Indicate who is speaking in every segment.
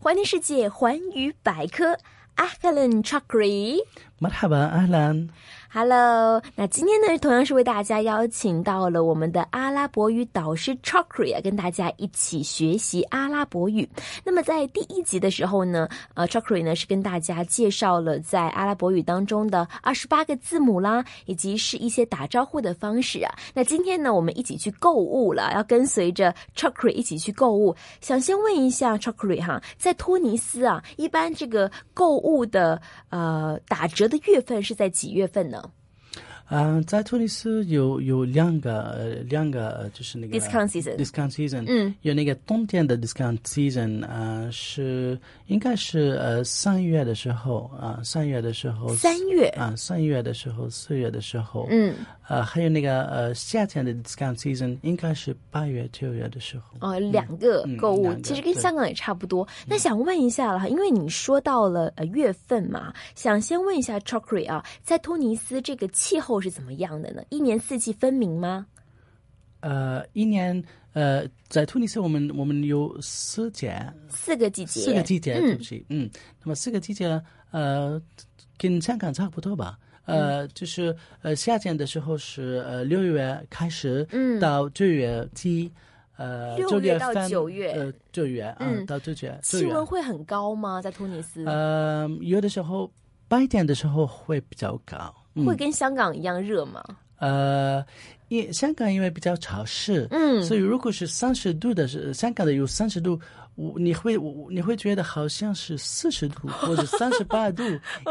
Speaker 1: 环天世界环宇百科 a h l a n Chakri。
Speaker 2: مرحبا اهلا
Speaker 1: Hello，那今天呢，同样是为大家邀请到了我们的阿拉伯语导师 Chakri 啊，跟大家一起学习阿拉伯语。那么在第一集的时候呢，呃，Chakri 呢是跟大家介绍了在阿拉伯语当中的二十八个字母啦，以及是一些打招呼的方式啊。那今天呢，我们一起去购物了，要跟随着 Chakri 一起去购物。想先问一下 Chakri 哈，在突尼斯啊，一般这个购物的呃打折的月份是在几月份呢
Speaker 2: 嗯，在突尼斯有有两个呃两个呃就是那个
Speaker 1: ？Discount season。
Speaker 2: discount season，
Speaker 1: 嗯，
Speaker 2: 有那个冬天的 discount season，呃，是应该是呃三月的时候啊，三、月的时候，
Speaker 1: 三月，
Speaker 2: 啊三、月的时候，四月的时候，
Speaker 1: 嗯，
Speaker 2: 呃，还有那个呃夏天的 discount season，应该是八月九月的时候。
Speaker 1: 哦，两个
Speaker 2: 嗯
Speaker 1: 购物、
Speaker 2: 两个
Speaker 1: 其实跟
Speaker 2: 对嗯
Speaker 1: 香港也差不多。那想问一下了，因为你说到了呃月份嘛，想先问一下 Chokri 啊，在突尼斯这个气候是怎么样的呢？一年四季分明吗？
Speaker 2: 呃，一年呃，在突尼斯我们我们有四节，
Speaker 1: 四个季节，
Speaker 2: 四个季节，对
Speaker 1: 嗯
Speaker 2: 不起，嗯，那么四个季节，呃，跟香港差不多吧。呃，
Speaker 1: 嗯
Speaker 2: 就是呃，夏天的时候是呃六月开始，
Speaker 1: 嗯
Speaker 2: 到九月底，呃，
Speaker 1: 6
Speaker 2: 九
Speaker 1: 月
Speaker 2: 月
Speaker 1: 到
Speaker 2: 份
Speaker 1: 9月
Speaker 2: 呃，九月啊，
Speaker 1: 嗯
Speaker 2: 到九月，九
Speaker 1: 气
Speaker 2: 月
Speaker 1: 温，会很高吗？在突尼斯、
Speaker 2: 呃，有的时候白天的时候会比较高，嗯
Speaker 1: 会跟香港一样热吗？
Speaker 2: 呃，因香港因为比较潮湿，
Speaker 1: 嗯
Speaker 2: 所以如果是三十度的时，香港的有三十度，我你会我你会觉得好像是四十度或 者三十八度，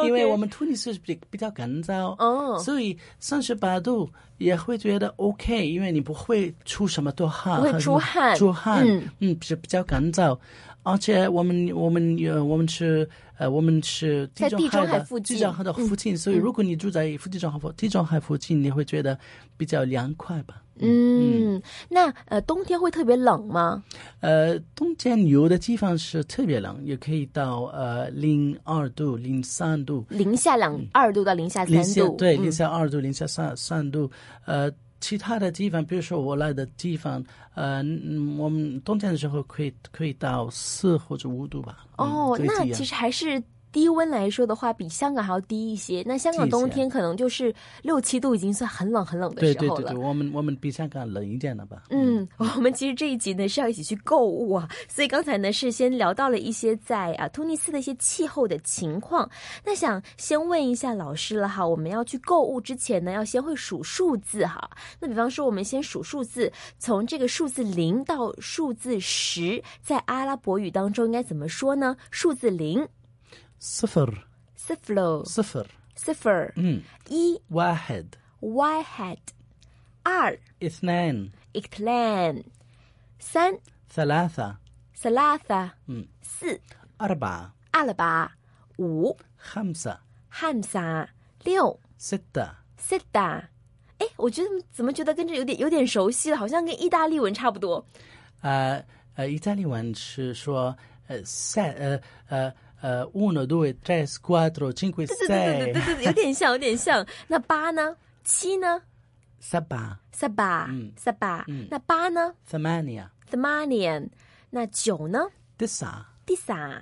Speaker 2: 因为
Speaker 1: OK
Speaker 2: 我们突尼斯是比比较干燥，
Speaker 1: 哦
Speaker 2: 所以三十八度也会觉得 OK，因为你不会出什么多汗，
Speaker 1: 不会出汗
Speaker 2: 出汗，
Speaker 1: 嗯
Speaker 2: 嗯，是比较干燥。而且我们我们呃我们是呃我们是
Speaker 1: 在地中海
Speaker 2: 的
Speaker 1: 附近嗯
Speaker 2: 地中海的附近，所以如果你住在附地中海附地中海附近，你会觉得比较凉快吧。
Speaker 1: 嗯，那呃，冬天会特别冷吗？
Speaker 2: 呃，冬天有的地方是特别冷，也可以到呃零二度、零三度、
Speaker 1: 零下两二度到零下三
Speaker 2: 嗯零下
Speaker 1: 度，
Speaker 2: 对
Speaker 1: 嗯
Speaker 2: 零下二度、零下三三度，呃。其他的地方，比如说我来的地方，呃，嗯我们冬天的时候可以可以到四或者五度吧。嗯
Speaker 1: 哦，
Speaker 2: 可以
Speaker 1: 那
Speaker 2: 这样
Speaker 1: 其实还是低温来说的话，比香港还要低一些。那香港
Speaker 2: 低一些
Speaker 1: 冬天可能就是六七度，已经算很冷很冷的
Speaker 2: 对
Speaker 1: 时
Speaker 2: 对
Speaker 1: 候
Speaker 2: 对
Speaker 1: 了
Speaker 2: 对，。我们我们比香港冷一点了吧？
Speaker 1: 嗯， 我们其实这一集呢是要一起去购物啊，所以刚才呢是先聊到了一些在啊突尼斯的一些气候的情况。那想先问一下老师了哈，我们要去购物之前呢，要先会数数字哈。那比方说，我们先数数字，从这个数字零到数字十，在阿拉伯语当中应该怎么说呢？数字零
Speaker 2: صفر
Speaker 1: s i f l o
Speaker 2: صفر
Speaker 1: s i f e r
Speaker 2: 嗯
Speaker 1: 一
Speaker 2: واحد
Speaker 1: Yhat，二
Speaker 2: اثنين
Speaker 1: Iklan，三
Speaker 2: ثلاثة
Speaker 1: Salatha，
Speaker 2: 嗯
Speaker 1: 四
Speaker 2: أربعة
Speaker 1: 阿拉巴，五
Speaker 2: خمسة
Speaker 1: Hamsa，六
Speaker 2: ستة
Speaker 1: Sida。哎，我觉得怎么觉得跟这有点有点熟悉了，好像跟意大利文差不多。
Speaker 2: آه آه إيطاليان شو شو آه سا آه آه آه uno due tre quattro
Speaker 1: 对
Speaker 2: cinque
Speaker 1: 对对对
Speaker 2: sei
Speaker 1: 对对，有点像，有点像。那八呢？七呢
Speaker 2: سبعة
Speaker 1: ？Saba
Speaker 2: 嗯
Speaker 1: Saba
Speaker 2: 嗯。
Speaker 1: 那八呢
Speaker 2: ثمانية
Speaker 1: ？Themanian。那九呢
Speaker 2: تسعة
Speaker 1: ？Disa。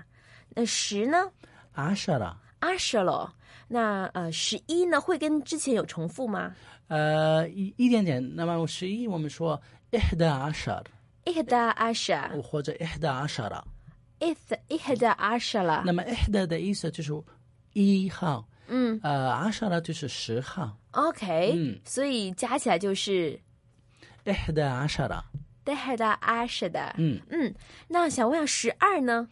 Speaker 1: 那十呢？
Speaker 2: عشرة
Speaker 1: 阿舍了。那呃，十一呢会跟之前有重复吗？
Speaker 2: آه إيديان نما وشي ومشوا إحدى عشر
Speaker 1: إحدى عشر
Speaker 2: وخوجة إحدى عشرة
Speaker 1: إث إحدى عشر 了。
Speaker 2: نما إحدى دقيسة تشو إي خاو
Speaker 1: 嗯
Speaker 2: 呃，阿什拉就是十号
Speaker 1: ，OK，
Speaker 2: 嗯
Speaker 1: 所以加起来就是
Speaker 2: ，إحدى عشرة
Speaker 1: إحدى عشر 的。
Speaker 2: 嗯
Speaker 1: 嗯，那想问下十二呢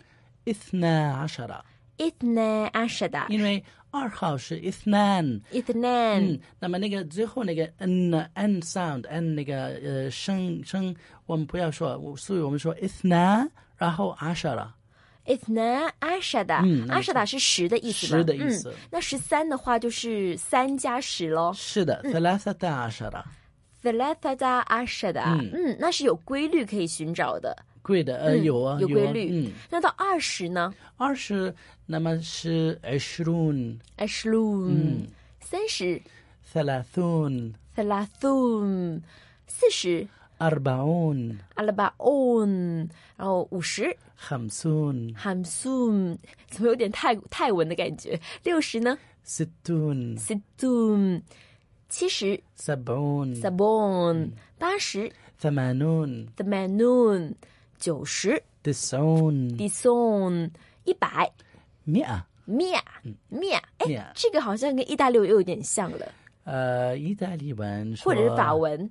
Speaker 2: إثنى عشرة
Speaker 1: ？إثنى عشر 的
Speaker 2: 因为二号是 إثنان
Speaker 1: ，إثنان
Speaker 2: 嗯，那么那个最后那个 n 呢 n sound n 那个呃声声，我们不要说，我所以我们说 إثنى 然后 عشرة
Speaker 1: إثنى عشر 的
Speaker 2: 嗯那么
Speaker 1: ，عشر 的是十的意思吗？
Speaker 2: 十的意思
Speaker 1: 嗯。那十三的话就是三加十喽。
Speaker 2: 是的，ثلاثة عشرة
Speaker 1: ثلاثة عشر 的，
Speaker 2: 嗯
Speaker 1: 嗯，那是有规律可以寻找的。
Speaker 2: 贵的呃
Speaker 1: 嗯
Speaker 2: 有啊
Speaker 1: 有规
Speaker 2: 啊
Speaker 1: 律
Speaker 2: 嗯，
Speaker 1: 那到二十呢？
Speaker 2: 二十那么是 عشرون
Speaker 1: عشرون 三十
Speaker 2: ثلاثون
Speaker 1: ثلاثون 四十
Speaker 2: أربعون
Speaker 1: ，arbaon，然后五十
Speaker 2: خمسون
Speaker 1: ，hamsun，怎么有点泰泰文的感觉？六十呢
Speaker 2: ستون
Speaker 1: ，sidun，七十
Speaker 2: سبعون
Speaker 1: ，sabon，八十
Speaker 2: ثمانون
Speaker 1: t h e m a n u n 九十
Speaker 2: تسعون
Speaker 1: ，dison，一百
Speaker 2: مئة
Speaker 1: ，mia mia，哎
Speaker 2: Mia，
Speaker 1: 这个好像跟意大利文又有点像了，
Speaker 2: آه، إيطالي وين
Speaker 1: 或
Speaker 2: شو آه،
Speaker 1: 者是法文。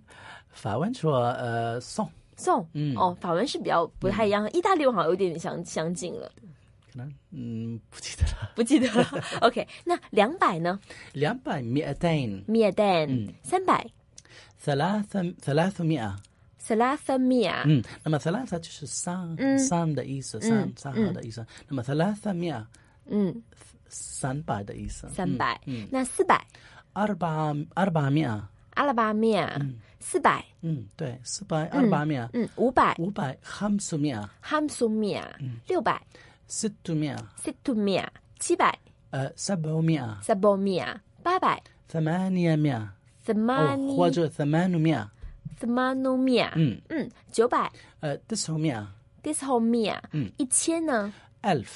Speaker 2: 法文说呃送，
Speaker 1: 送，哦，法文是比较不太一样，意大利文好像有点点相相近了，
Speaker 2: 可能嗯不记得了，
Speaker 1: 不记得 了。OK，那两百呢？
Speaker 2: 两百 مئتين
Speaker 1: 米尔丹
Speaker 2: 嗯
Speaker 1: 三百
Speaker 2: ثلاثة ثلاثمائة
Speaker 1: s a l a f a m i a
Speaker 2: 嗯，那么 ثلاثة 就是三三的意思，三三好的意思。那么 ثلاثمائة
Speaker 1: 嗯，
Speaker 2: 三百的意思，
Speaker 1: 三百，
Speaker 2: 嗯
Speaker 1: 那四百
Speaker 2: أربعة أربعمائة
Speaker 1: 阿拉巴米亚，四百，
Speaker 2: 嗯对，四百400
Speaker 1: 嗯，五百
Speaker 2: 五百 خمسمائة
Speaker 1: 哈姆苏米亚，
Speaker 2: 嗯
Speaker 1: 六百
Speaker 2: ستمائة
Speaker 1: 西图米亚，七百
Speaker 2: آه، سبعمائة
Speaker 1: 萨博米亚，八百
Speaker 2: ثمانمائة
Speaker 1: 萨
Speaker 2: أو
Speaker 1: 马尼
Speaker 2: خواجة ثمانمائة
Speaker 1: 萨马努米亚，
Speaker 2: 哦嗯
Speaker 1: 嗯，九百
Speaker 2: آه، تسعمائة
Speaker 1: 迪斯 o 米亚，
Speaker 2: 嗯
Speaker 1: 一千呢
Speaker 2: ألف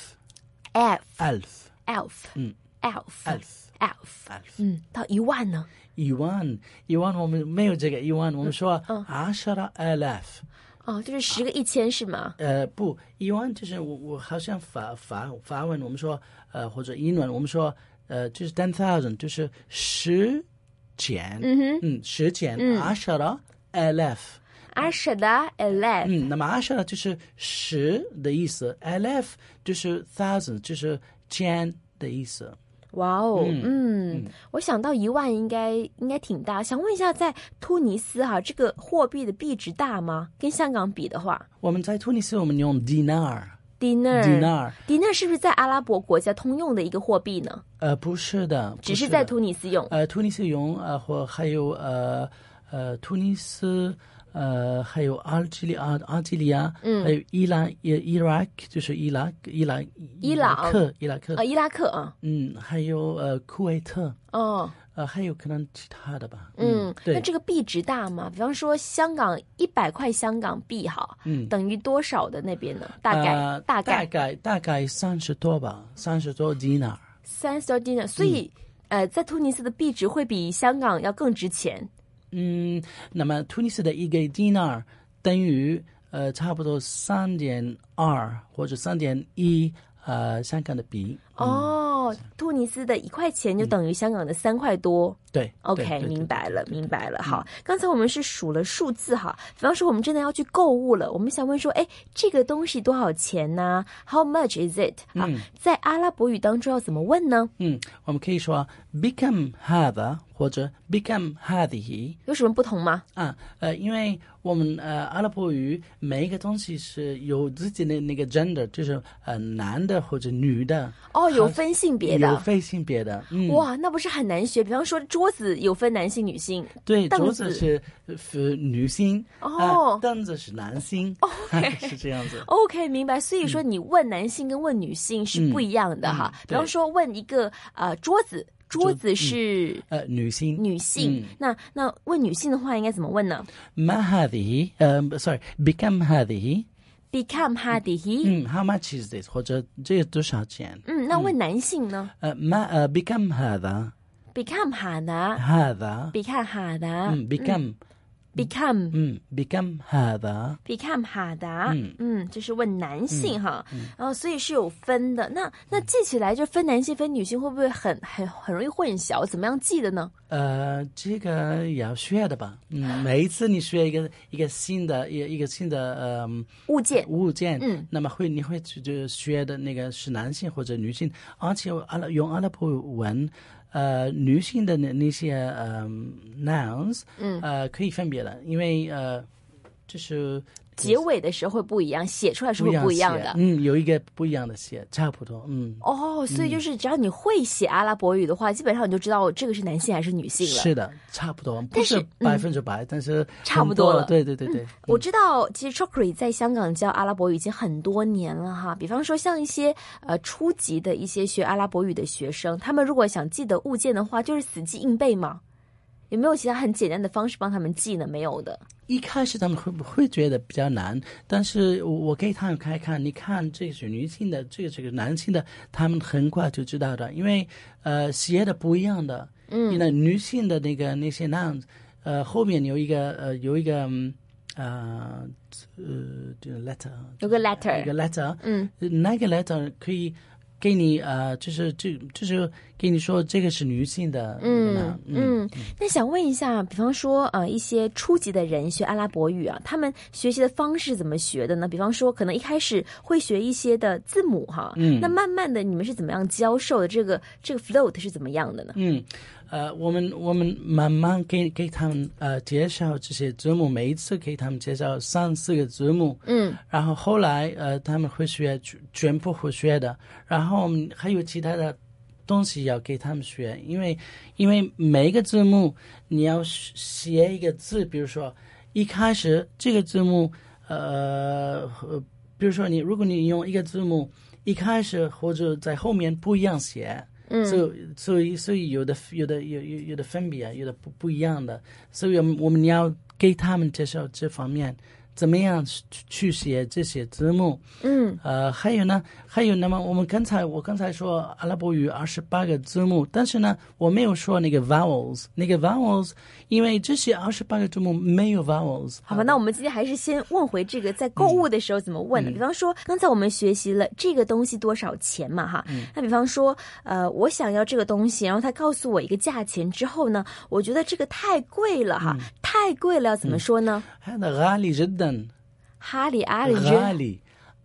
Speaker 1: ？F
Speaker 2: ألف
Speaker 1: elf，
Speaker 2: 嗯
Speaker 1: elf
Speaker 2: ألف
Speaker 1: elf，
Speaker 2: ألف
Speaker 1: 嗯，到一万呢？
Speaker 2: إيوان إيوان هم ما يوجد إيوان هم شو عشرة آلاف
Speaker 1: 哦，就是十个一千是吗？
Speaker 2: 呃，不，一万就是我我好像法法法文我们说呃或者英文我们说呃就是 ten thousand 就是十减，嗯哼，嗯十减 عشرة آلاف，
Speaker 1: 阿舍达 elf，
Speaker 2: 嗯，那么 عشرة 就是十的意思，آلاف 就是 thousand 就是千的意思。
Speaker 1: 哇哦，嗯，我想到一万应该应该挺大。想问一下，在突尼斯哈、这个货币的币值大吗？跟香港比的话
Speaker 2: 我们在突尼斯我们用 dinar，dinar，
Speaker 1: ，dinar，dinar 是不是在阿拉伯国家通用的一个货币呢？
Speaker 2: 呃，不是的，不
Speaker 1: 只是
Speaker 2: 的
Speaker 1: 在突尼斯用。
Speaker 2: 呃，突尼斯勇呃，或还有呃呃，突尼斯呃，还有阿尔及利亚、阿及利亚，嗯，还有伊拉、伊伊拉克，就是伊拉、伊拉、伊
Speaker 1: 朗
Speaker 2: 克、伊拉克
Speaker 1: 啊，，伊拉克啊，
Speaker 2: 嗯，还有呃，库韦特，
Speaker 1: 哦，
Speaker 2: 呃，还有可能其他的吧，
Speaker 1: 嗯，那
Speaker 2: 对，
Speaker 1: 这个币值大吗？比方说，香港一百块香港币哈，
Speaker 2: 嗯
Speaker 1: 等于多少的那边呢？大概、
Speaker 2: 呃
Speaker 1: 大概
Speaker 2: 大概大概三十多吧，三十多 dinar，
Speaker 1: 三十 dinar，所以、呃，在突尼斯的币值会比香港要更值钱。
Speaker 2: 嗯，那么突尼斯的一个 dinar 等于呃，差不多三点二或者三点一呃，香港的比。
Speaker 1: 哦，突尼斯的一块钱就等于香港的三块多。
Speaker 2: 嗯对
Speaker 1: OK，明白了，明白了。好，
Speaker 2: 嗯
Speaker 1: 刚才我们是数了数字哈，比方说我们真的要去购物了，我们想问说，哎，这个东西多少钱呢？How much is it？啊，在阿拉伯语当中要怎么问呢？
Speaker 2: 嗯，我们可以说 become have 或者 become have
Speaker 1: 有什么不同吗？
Speaker 2: 啊，呃，因为我们呃阿拉伯语每一个东西是有自己的那个 gender，就是呃男的或者女的，
Speaker 1: 哦，有分性别
Speaker 2: 有
Speaker 1: 的。
Speaker 2: 非性别的，嗯，
Speaker 1: 哇，那不是很难学？比方说桌子有分男性、女性。
Speaker 2: 对，
Speaker 1: 凳
Speaker 2: 桌
Speaker 1: 子
Speaker 2: 子是是女性，
Speaker 1: 哦
Speaker 2: 啊凳子是男性， 是 这样子。
Speaker 1: OK，明白。所以说，你问男性跟问女性是不一样的哈。
Speaker 2: 嗯
Speaker 1: 比方
Speaker 2: 对嗯
Speaker 1: 说，问一个呃桌子，桌子是
Speaker 2: 呃，女性
Speaker 1: 女性，那那问女性的话应该怎么问呢
Speaker 2: ما هذه？呃，sorry，become هذه？
Speaker 1: ？Become hadihi。
Speaker 2: 嗯，how much is this？或者这个多少钱？
Speaker 1: 嗯，那问男性呢
Speaker 2: 呃，ما 呃，become هذا？
Speaker 1: ？Become 哈达
Speaker 2: هذا
Speaker 1: ，Become 哈达
Speaker 2: 嗯 become
Speaker 1: ，Become
Speaker 2: 嗯 become هذا
Speaker 1: become 哈达，嗯，这是问男性哈，然后所以是有分的。那那记起来就分男性分女性，会不会很很很容易混淆？怎么样记的呢？
Speaker 2: 呃，这个也要学的吧？嗯，每一次你学一个一个新的一个一个新的呃
Speaker 1: 物件
Speaker 2: 物件，嗯，那么会你会就就学的那个是男性或者女性，而且阿拉用阿拉伯文，呃，女性的那那些呃 nouns，嗯，呃，可以分别的，因为呃，就是
Speaker 1: 结尾的时候会不一样，写出来是会不一样
Speaker 2: 写
Speaker 1: 的。
Speaker 2: 嗯，有一个不一样的写，差不多，嗯，
Speaker 1: 哦，所以就是只要你会写阿拉伯语的话，基本上你就知道这个是男性还是女性了。
Speaker 2: 是的，差不多，不
Speaker 1: 但是嗯
Speaker 2: 是百分之百，但是
Speaker 1: 差不
Speaker 2: 很
Speaker 1: 多
Speaker 2: 多
Speaker 1: 了
Speaker 2: 对对对对，
Speaker 1: 我知道，其实 Chokri 在香港教阿拉伯语已经很多年了哈。比方说，像一些呃初级的一些学阿拉伯语的学生，他们如果想记得物件的话，就是死记硬背嘛。有没有其他很简单的方式帮他们记呢？没有的。
Speaker 2: 一开始他们会会觉得比较难，但是我我给他们看一看，你看这是女性的，这个这个男性的，他们很快就知道的，因为呃写的不一样的，嗯，那女性的那个那些那样子，呃后面有一个呃有一个。嗯呃，呃，这个 letter
Speaker 1: 有个
Speaker 2: 一
Speaker 1: letter，
Speaker 2: 个 letter，
Speaker 1: 嗯，
Speaker 2: 那个 letter 可以给你呃，就是就就是给你说这个是女性的，
Speaker 1: 嗯
Speaker 2: 嗯
Speaker 1: 嗯，那想问一下，比方说呃，一些初级的人学阿拉伯语啊，他们学习的方式怎么学的呢？比方说，可能一开始会学一些的字母哈，嗯，那慢慢的你们是怎么样教授的？这个这个 float 是怎么样的呢？
Speaker 2: 嗯，呃，我们我们慢慢给给他们呃介绍这些字母，每一次给他们介绍三四个字母，
Speaker 1: 嗯，
Speaker 2: 然后后来呃他们会学全全部会学的，然后我们还有其他的东西要给他们学，因为因为每一个字母你要写一个字，比如说一开始这个字母呃，和比如说你如果你用一个字母一开始或者在后面不一样写，所以所以所以有的有的有有有的分别，有的不不一样的，所以我们我们要给他们介绍这方面怎么样去去写这些字幕。
Speaker 1: 嗯，
Speaker 2: 呃，还有呢，还有那么我们刚才我刚才说阿拉伯语二十八个字母，但是呢，我没有说那个 vowels，那个 vowels，因为这些二十八个字母没有 vowels。
Speaker 1: 好吧，那我们今天还是先问回这个在购物的时候怎么
Speaker 2: 嗯
Speaker 1: 问的。比方说，刚才我们学习了这个东西多少钱嘛，哈。
Speaker 2: 嗯
Speaker 1: 那比方说，呃，我想要这个东西，然后他告诉我一个价钱之后呢，我觉得这个太贵了哈，
Speaker 2: 嗯
Speaker 1: 太贵了，要怎么说呢？
Speaker 2: هذا غالي جدا
Speaker 1: 哈里阿里日
Speaker 2: غالي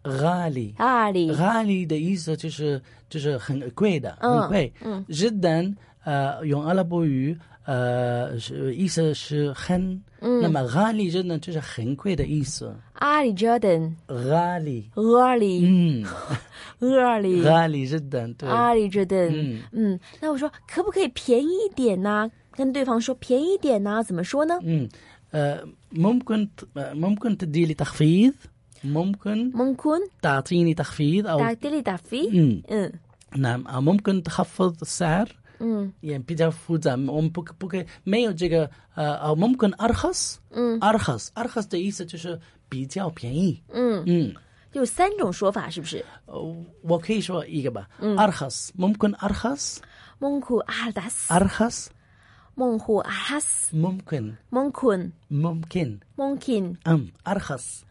Speaker 2: غالي
Speaker 1: 阿里，
Speaker 2: غالي 的意思就是就是很贵的，
Speaker 1: 嗯
Speaker 2: 很贵。嗯，جدا 呃，用阿拉伯语呃是意思是很，那么 غالي جدا 就是很贵的意思。
Speaker 1: 阿里 Jordan，
Speaker 2: غالي
Speaker 1: 阿里
Speaker 2: 嗯
Speaker 1: 阿里
Speaker 2: ，غالي جدا 对。
Speaker 1: 阿里 Jordan，
Speaker 2: 嗯
Speaker 1: 嗯，那我说可不可以便宜一点呢？跟对方说便宜一点呢，怎么说呢？
Speaker 2: 嗯呃ممكن ممكن تدي لي آه، تخفيض ممكن
Speaker 1: 蒙坤
Speaker 2: تعطيني تخفيض
Speaker 1: 达
Speaker 2: او
Speaker 1: 迪利达菲，
Speaker 2: 嗯
Speaker 1: 嗯
Speaker 2: نعم او ممكن تخفض السعر يعني
Speaker 1: 嗯。
Speaker 2: 也比较复杂，我们不可不可以没有这个呃呃，我们可能 arhas，嗯，arhas arhas 的意思就是比较便宜，
Speaker 1: 嗯
Speaker 2: 嗯，
Speaker 1: 有三种说法，是不是？
Speaker 2: 呃，我可以说一个吧、嗯、，arhas，我们可能 arhas
Speaker 1: 蒙库阿尔达斯，
Speaker 2: arhas
Speaker 1: 蒙库阿哈斯，
Speaker 2: ممكن
Speaker 1: 蒙坤
Speaker 2: ممكن
Speaker 1: 蒙钦，
Speaker 2: 嗯 arhas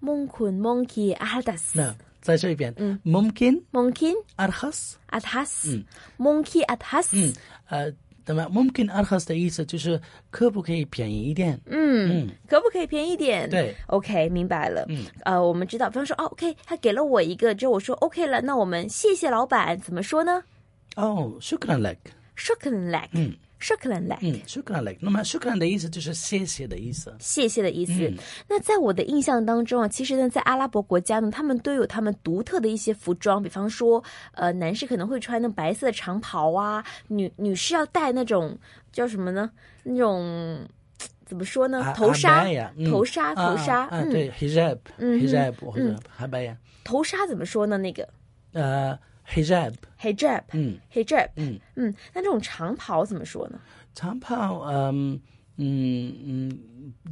Speaker 1: 蒙坤蒙基阿尔达斯
Speaker 2: 那，再说一遍，嗯，ممكن
Speaker 1: 蒙钦
Speaker 2: arhas
Speaker 1: 阿塔斯，蒙基阿塔斯
Speaker 2: 嗯，呃，那么 mumkin arhas 的意思就是可不可以便宜一点？嗯
Speaker 1: 可不可以便宜点？
Speaker 2: 对
Speaker 1: ，OK，明白了。嗯，呃，我们知道，比方说，哦，OK，他给了我一个，之后我说 OK 了，那我们谢谢老板，怎么说呢
Speaker 2: 哦，shukran lak，
Speaker 1: ？Shukran lak，嗯，Shukran lak，
Speaker 2: 嗯，shukran lak。那么 shukran 的意思就是谢谢的意思。
Speaker 1: 谢谢的意思。
Speaker 2: 嗯
Speaker 1: 那在我的印象当中啊，其实呢，在阿拉伯国家呢，他们都有他们独特的一些服装，比方说，呃，男士可能会穿那白色的长袍啊，女女士要戴那种叫什么呢？那种怎么说呢？
Speaker 2: 啊
Speaker 1: 头纱
Speaker 2: abaya，嗯，
Speaker 1: 头纱，
Speaker 2: 啊
Speaker 1: 头纱
Speaker 2: 啊，啊
Speaker 1: 嗯，
Speaker 2: 对，hijab，hijab 或者 habaya，
Speaker 1: 头纱怎么说呢？那个
Speaker 2: 呃，hijab，
Speaker 1: hijab，
Speaker 2: 嗯
Speaker 1: ，hijab，
Speaker 2: 嗯
Speaker 1: 嗯，那这种长袍怎么说呢？
Speaker 2: 长袍，嗯嗯嗯，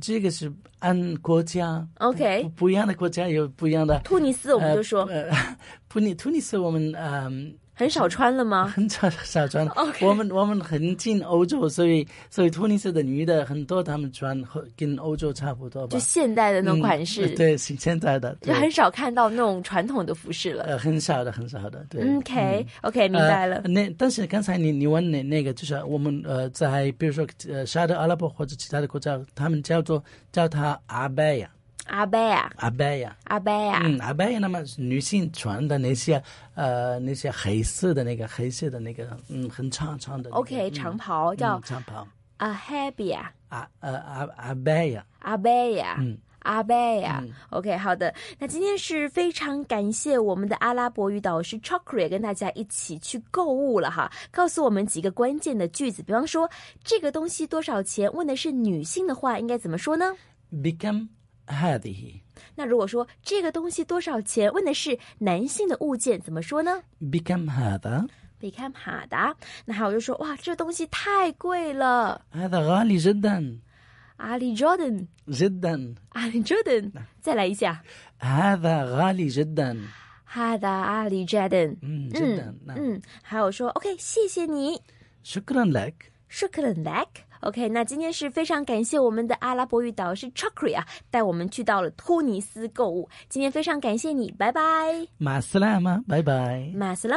Speaker 2: 这个是按国家
Speaker 1: OK
Speaker 2: 不不一样的国家有不一样的。
Speaker 1: 突尼斯我们
Speaker 2: 呃
Speaker 1: 就说、
Speaker 2: 呃， 突尼突尼斯我们嗯。
Speaker 1: 很少穿了吗？
Speaker 2: 很少少穿。
Speaker 1: 哦
Speaker 2: 我们我们很近欧洲，所以所以突尼斯的女的很多，她们穿和跟欧洲差不多吧
Speaker 1: 就。现代的那种款式，
Speaker 2: 嗯对，是现在的，
Speaker 1: 就
Speaker 2: 对，
Speaker 1: 很少看到那种传统的服饰了。
Speaker 2: 呃很少的，很少的，对。
Speaker 1: 嗯 OK OK，明白了
Speaker 2: 嗯呃。那但是刚才你你问那那个就是我们呃在比如说呃沙特阿拉伯或者其他的国家，他们叫做叫它阿拜呀，
Speaker 1: 阿贝啊，
Speaker 2: 阿拜呀。
Speaker 1: 阿贝啊，
Speaker 2: 嗯，阿拜，那么女性穿的那些呃那些黑色的那个黑色的那个嗯很长长的那个
Speaker 1: OK，
Speaker 2: 嗯
Speaker 1: 长袍叫
Speaker 2: 嗯长袍。
Speaker 1: 阿 happy 啊，
Speaker 2: 啊呃啊啊拜呀，
Speaker 1: 阿贝呀
Speaker 2: 嗯。
Speaker 1: 阿贝呀、o k 好的。那今天是非常感谢我们的阿拉伯语导师 Chokri 跟大家一起去购物了哈，告诉我们几个关键的句子，比方说这个东西多少钱，问的是女性的话，应该怎么说呢？
Speaker 2: become هذه
Speaker 1: 那如果说这个东西多少钱，问的是男性的物件，怎么说呢？
Speaker 2: become هذا
Speaker 1: 比看哈达。那还有就说哇，这东西太贵了。
Speaker 2: هذا غالي جدا
Speaker 1: علي جوردن
Speaker 2: جدا
Speaker 1: علي جوردن 再来一下
Speaker 2: هذا غالي جدا
Speaker 1: هذا علي جوردن
Speaker 2: مم، جدا نعم
Speaker 1: 嗯，还有说 OK，谢谢你
Speaker 2: شكرا لك
Speaker 1: ，shukran lak。OK，那今天是非常感谢我们的阿拉伯语导师 Chakri 啊，带我们去到了突尼斯购物。今天非常感谢你，拜拜，
Speaker 2: مع السلامة باي باي
Speaker 1: 马斯拉。